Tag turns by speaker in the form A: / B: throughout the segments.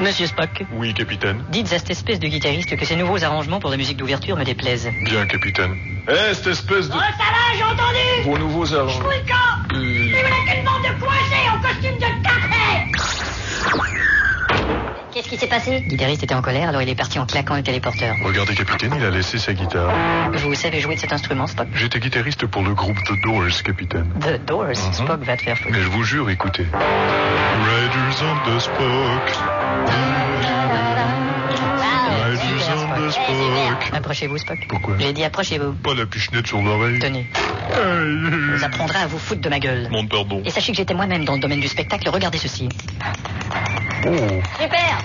A: Monsieur Spock,
B: Oui, capitaine.
A: dites à cette espèce de guitariste que ses nouveaux arrangements pour la musique d'ouverture me déplaisent.
B: Bien, capitaine. Eh, cette espèce de...
C: Oh, ça va, j'ai entendu
B: Vos nouveaux arrangements...
C: Fous le camp Et voilà qu'une bande de coincés en costume de café Qu'est-ce qui s'est passé
A: Le guitariste était en colère, alors il est parti en claquant le téléporteur.
B: Regardez, capitaine, il a laissé sa guitare.
A: Vous savez jouer de cet instrument, Spock
B: J'étais guitariste pour le groupe The Doors, capitaine.
A: The Doors,
B: Uh-huh.
A: Spock va te faire foutre.
B: Mais je vous jure, écoutez. Riders on the Spock. Riders on the Spock.
A: Approchez-vous, Spock.
B: Pourquoi
A: J'ai dit approchez-vous.
B: Pas la pichenette sur l'oreille.
A: Tenez,
B: Aïe.
A: vous apprendrez à vous foutre de ma gueule.
B: Mon pardon.
A: Et sachez que j'étais moi-même dans le domaine du spectacle, regardez ceci.
B: Oh.
C: Super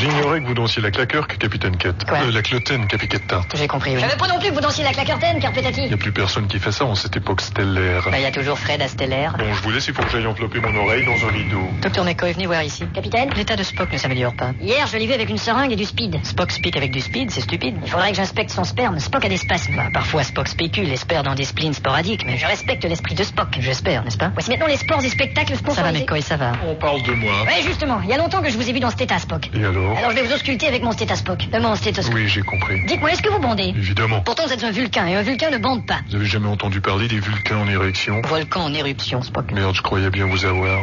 B: J'ignorais que vous dansiez la claqueurque, capitaine Kate.
A: Quoi
B: Euh, la clotaine, capitaine Tarte.
A: J'ai compris, oui.
C: J'avais pas non plus que vous dansiez la claquertaine,
B: Il
C: Carpetati
B: n'y a plus personne qui fait ça en cette époque stellaire.
A: Bah, Il y a toujours Fred Astellaire.
B: Bon, je vous laisse, il faut que j'aille envelopper mon oreille dans un rideau.
A: Docteur Neko est venu voir ici.
C: Capitaine
A: L'état de Spock ne s'améliore pas.
C: Hier, je l'ai vu avec une seringue et du speed.
A: Spock speak avec du speed, c'est stupide.
C: Il faudrait que j'inspecte son sperme. Spock a des spasmes.
A: Bah, parfois, Spock spécule, espère dans des spleens sporadiques, mais
C: Je respecte l'esprit de Spock.
A: j'espère, n'est-ce pas
C: Voici maintenant les sports et spectacles
A: Ça va,
C: sponsorisés.
A: Neko, et ça va.
B: On parle de moi.
C: Ouais, justement. Il y a longtemps que je vous ai vu dans cet état, Spock.
B: Et alors
C: Alors je vais vous ausculter avec mon stéthoscope. Euh, mon stéthoscope.
B: Oui, j'ai compris.
C: Dites-moi, est-ce que vous bandez
B: Évidemment.
C: Pourtant, vous êtes un vulcain, et un vulcain ne bande pas.
B: Vous avez jamais entendu parler des vulcains en érection
A: Volcan en éruption, Spock.
B: Merde, je croyais bien vous avoir.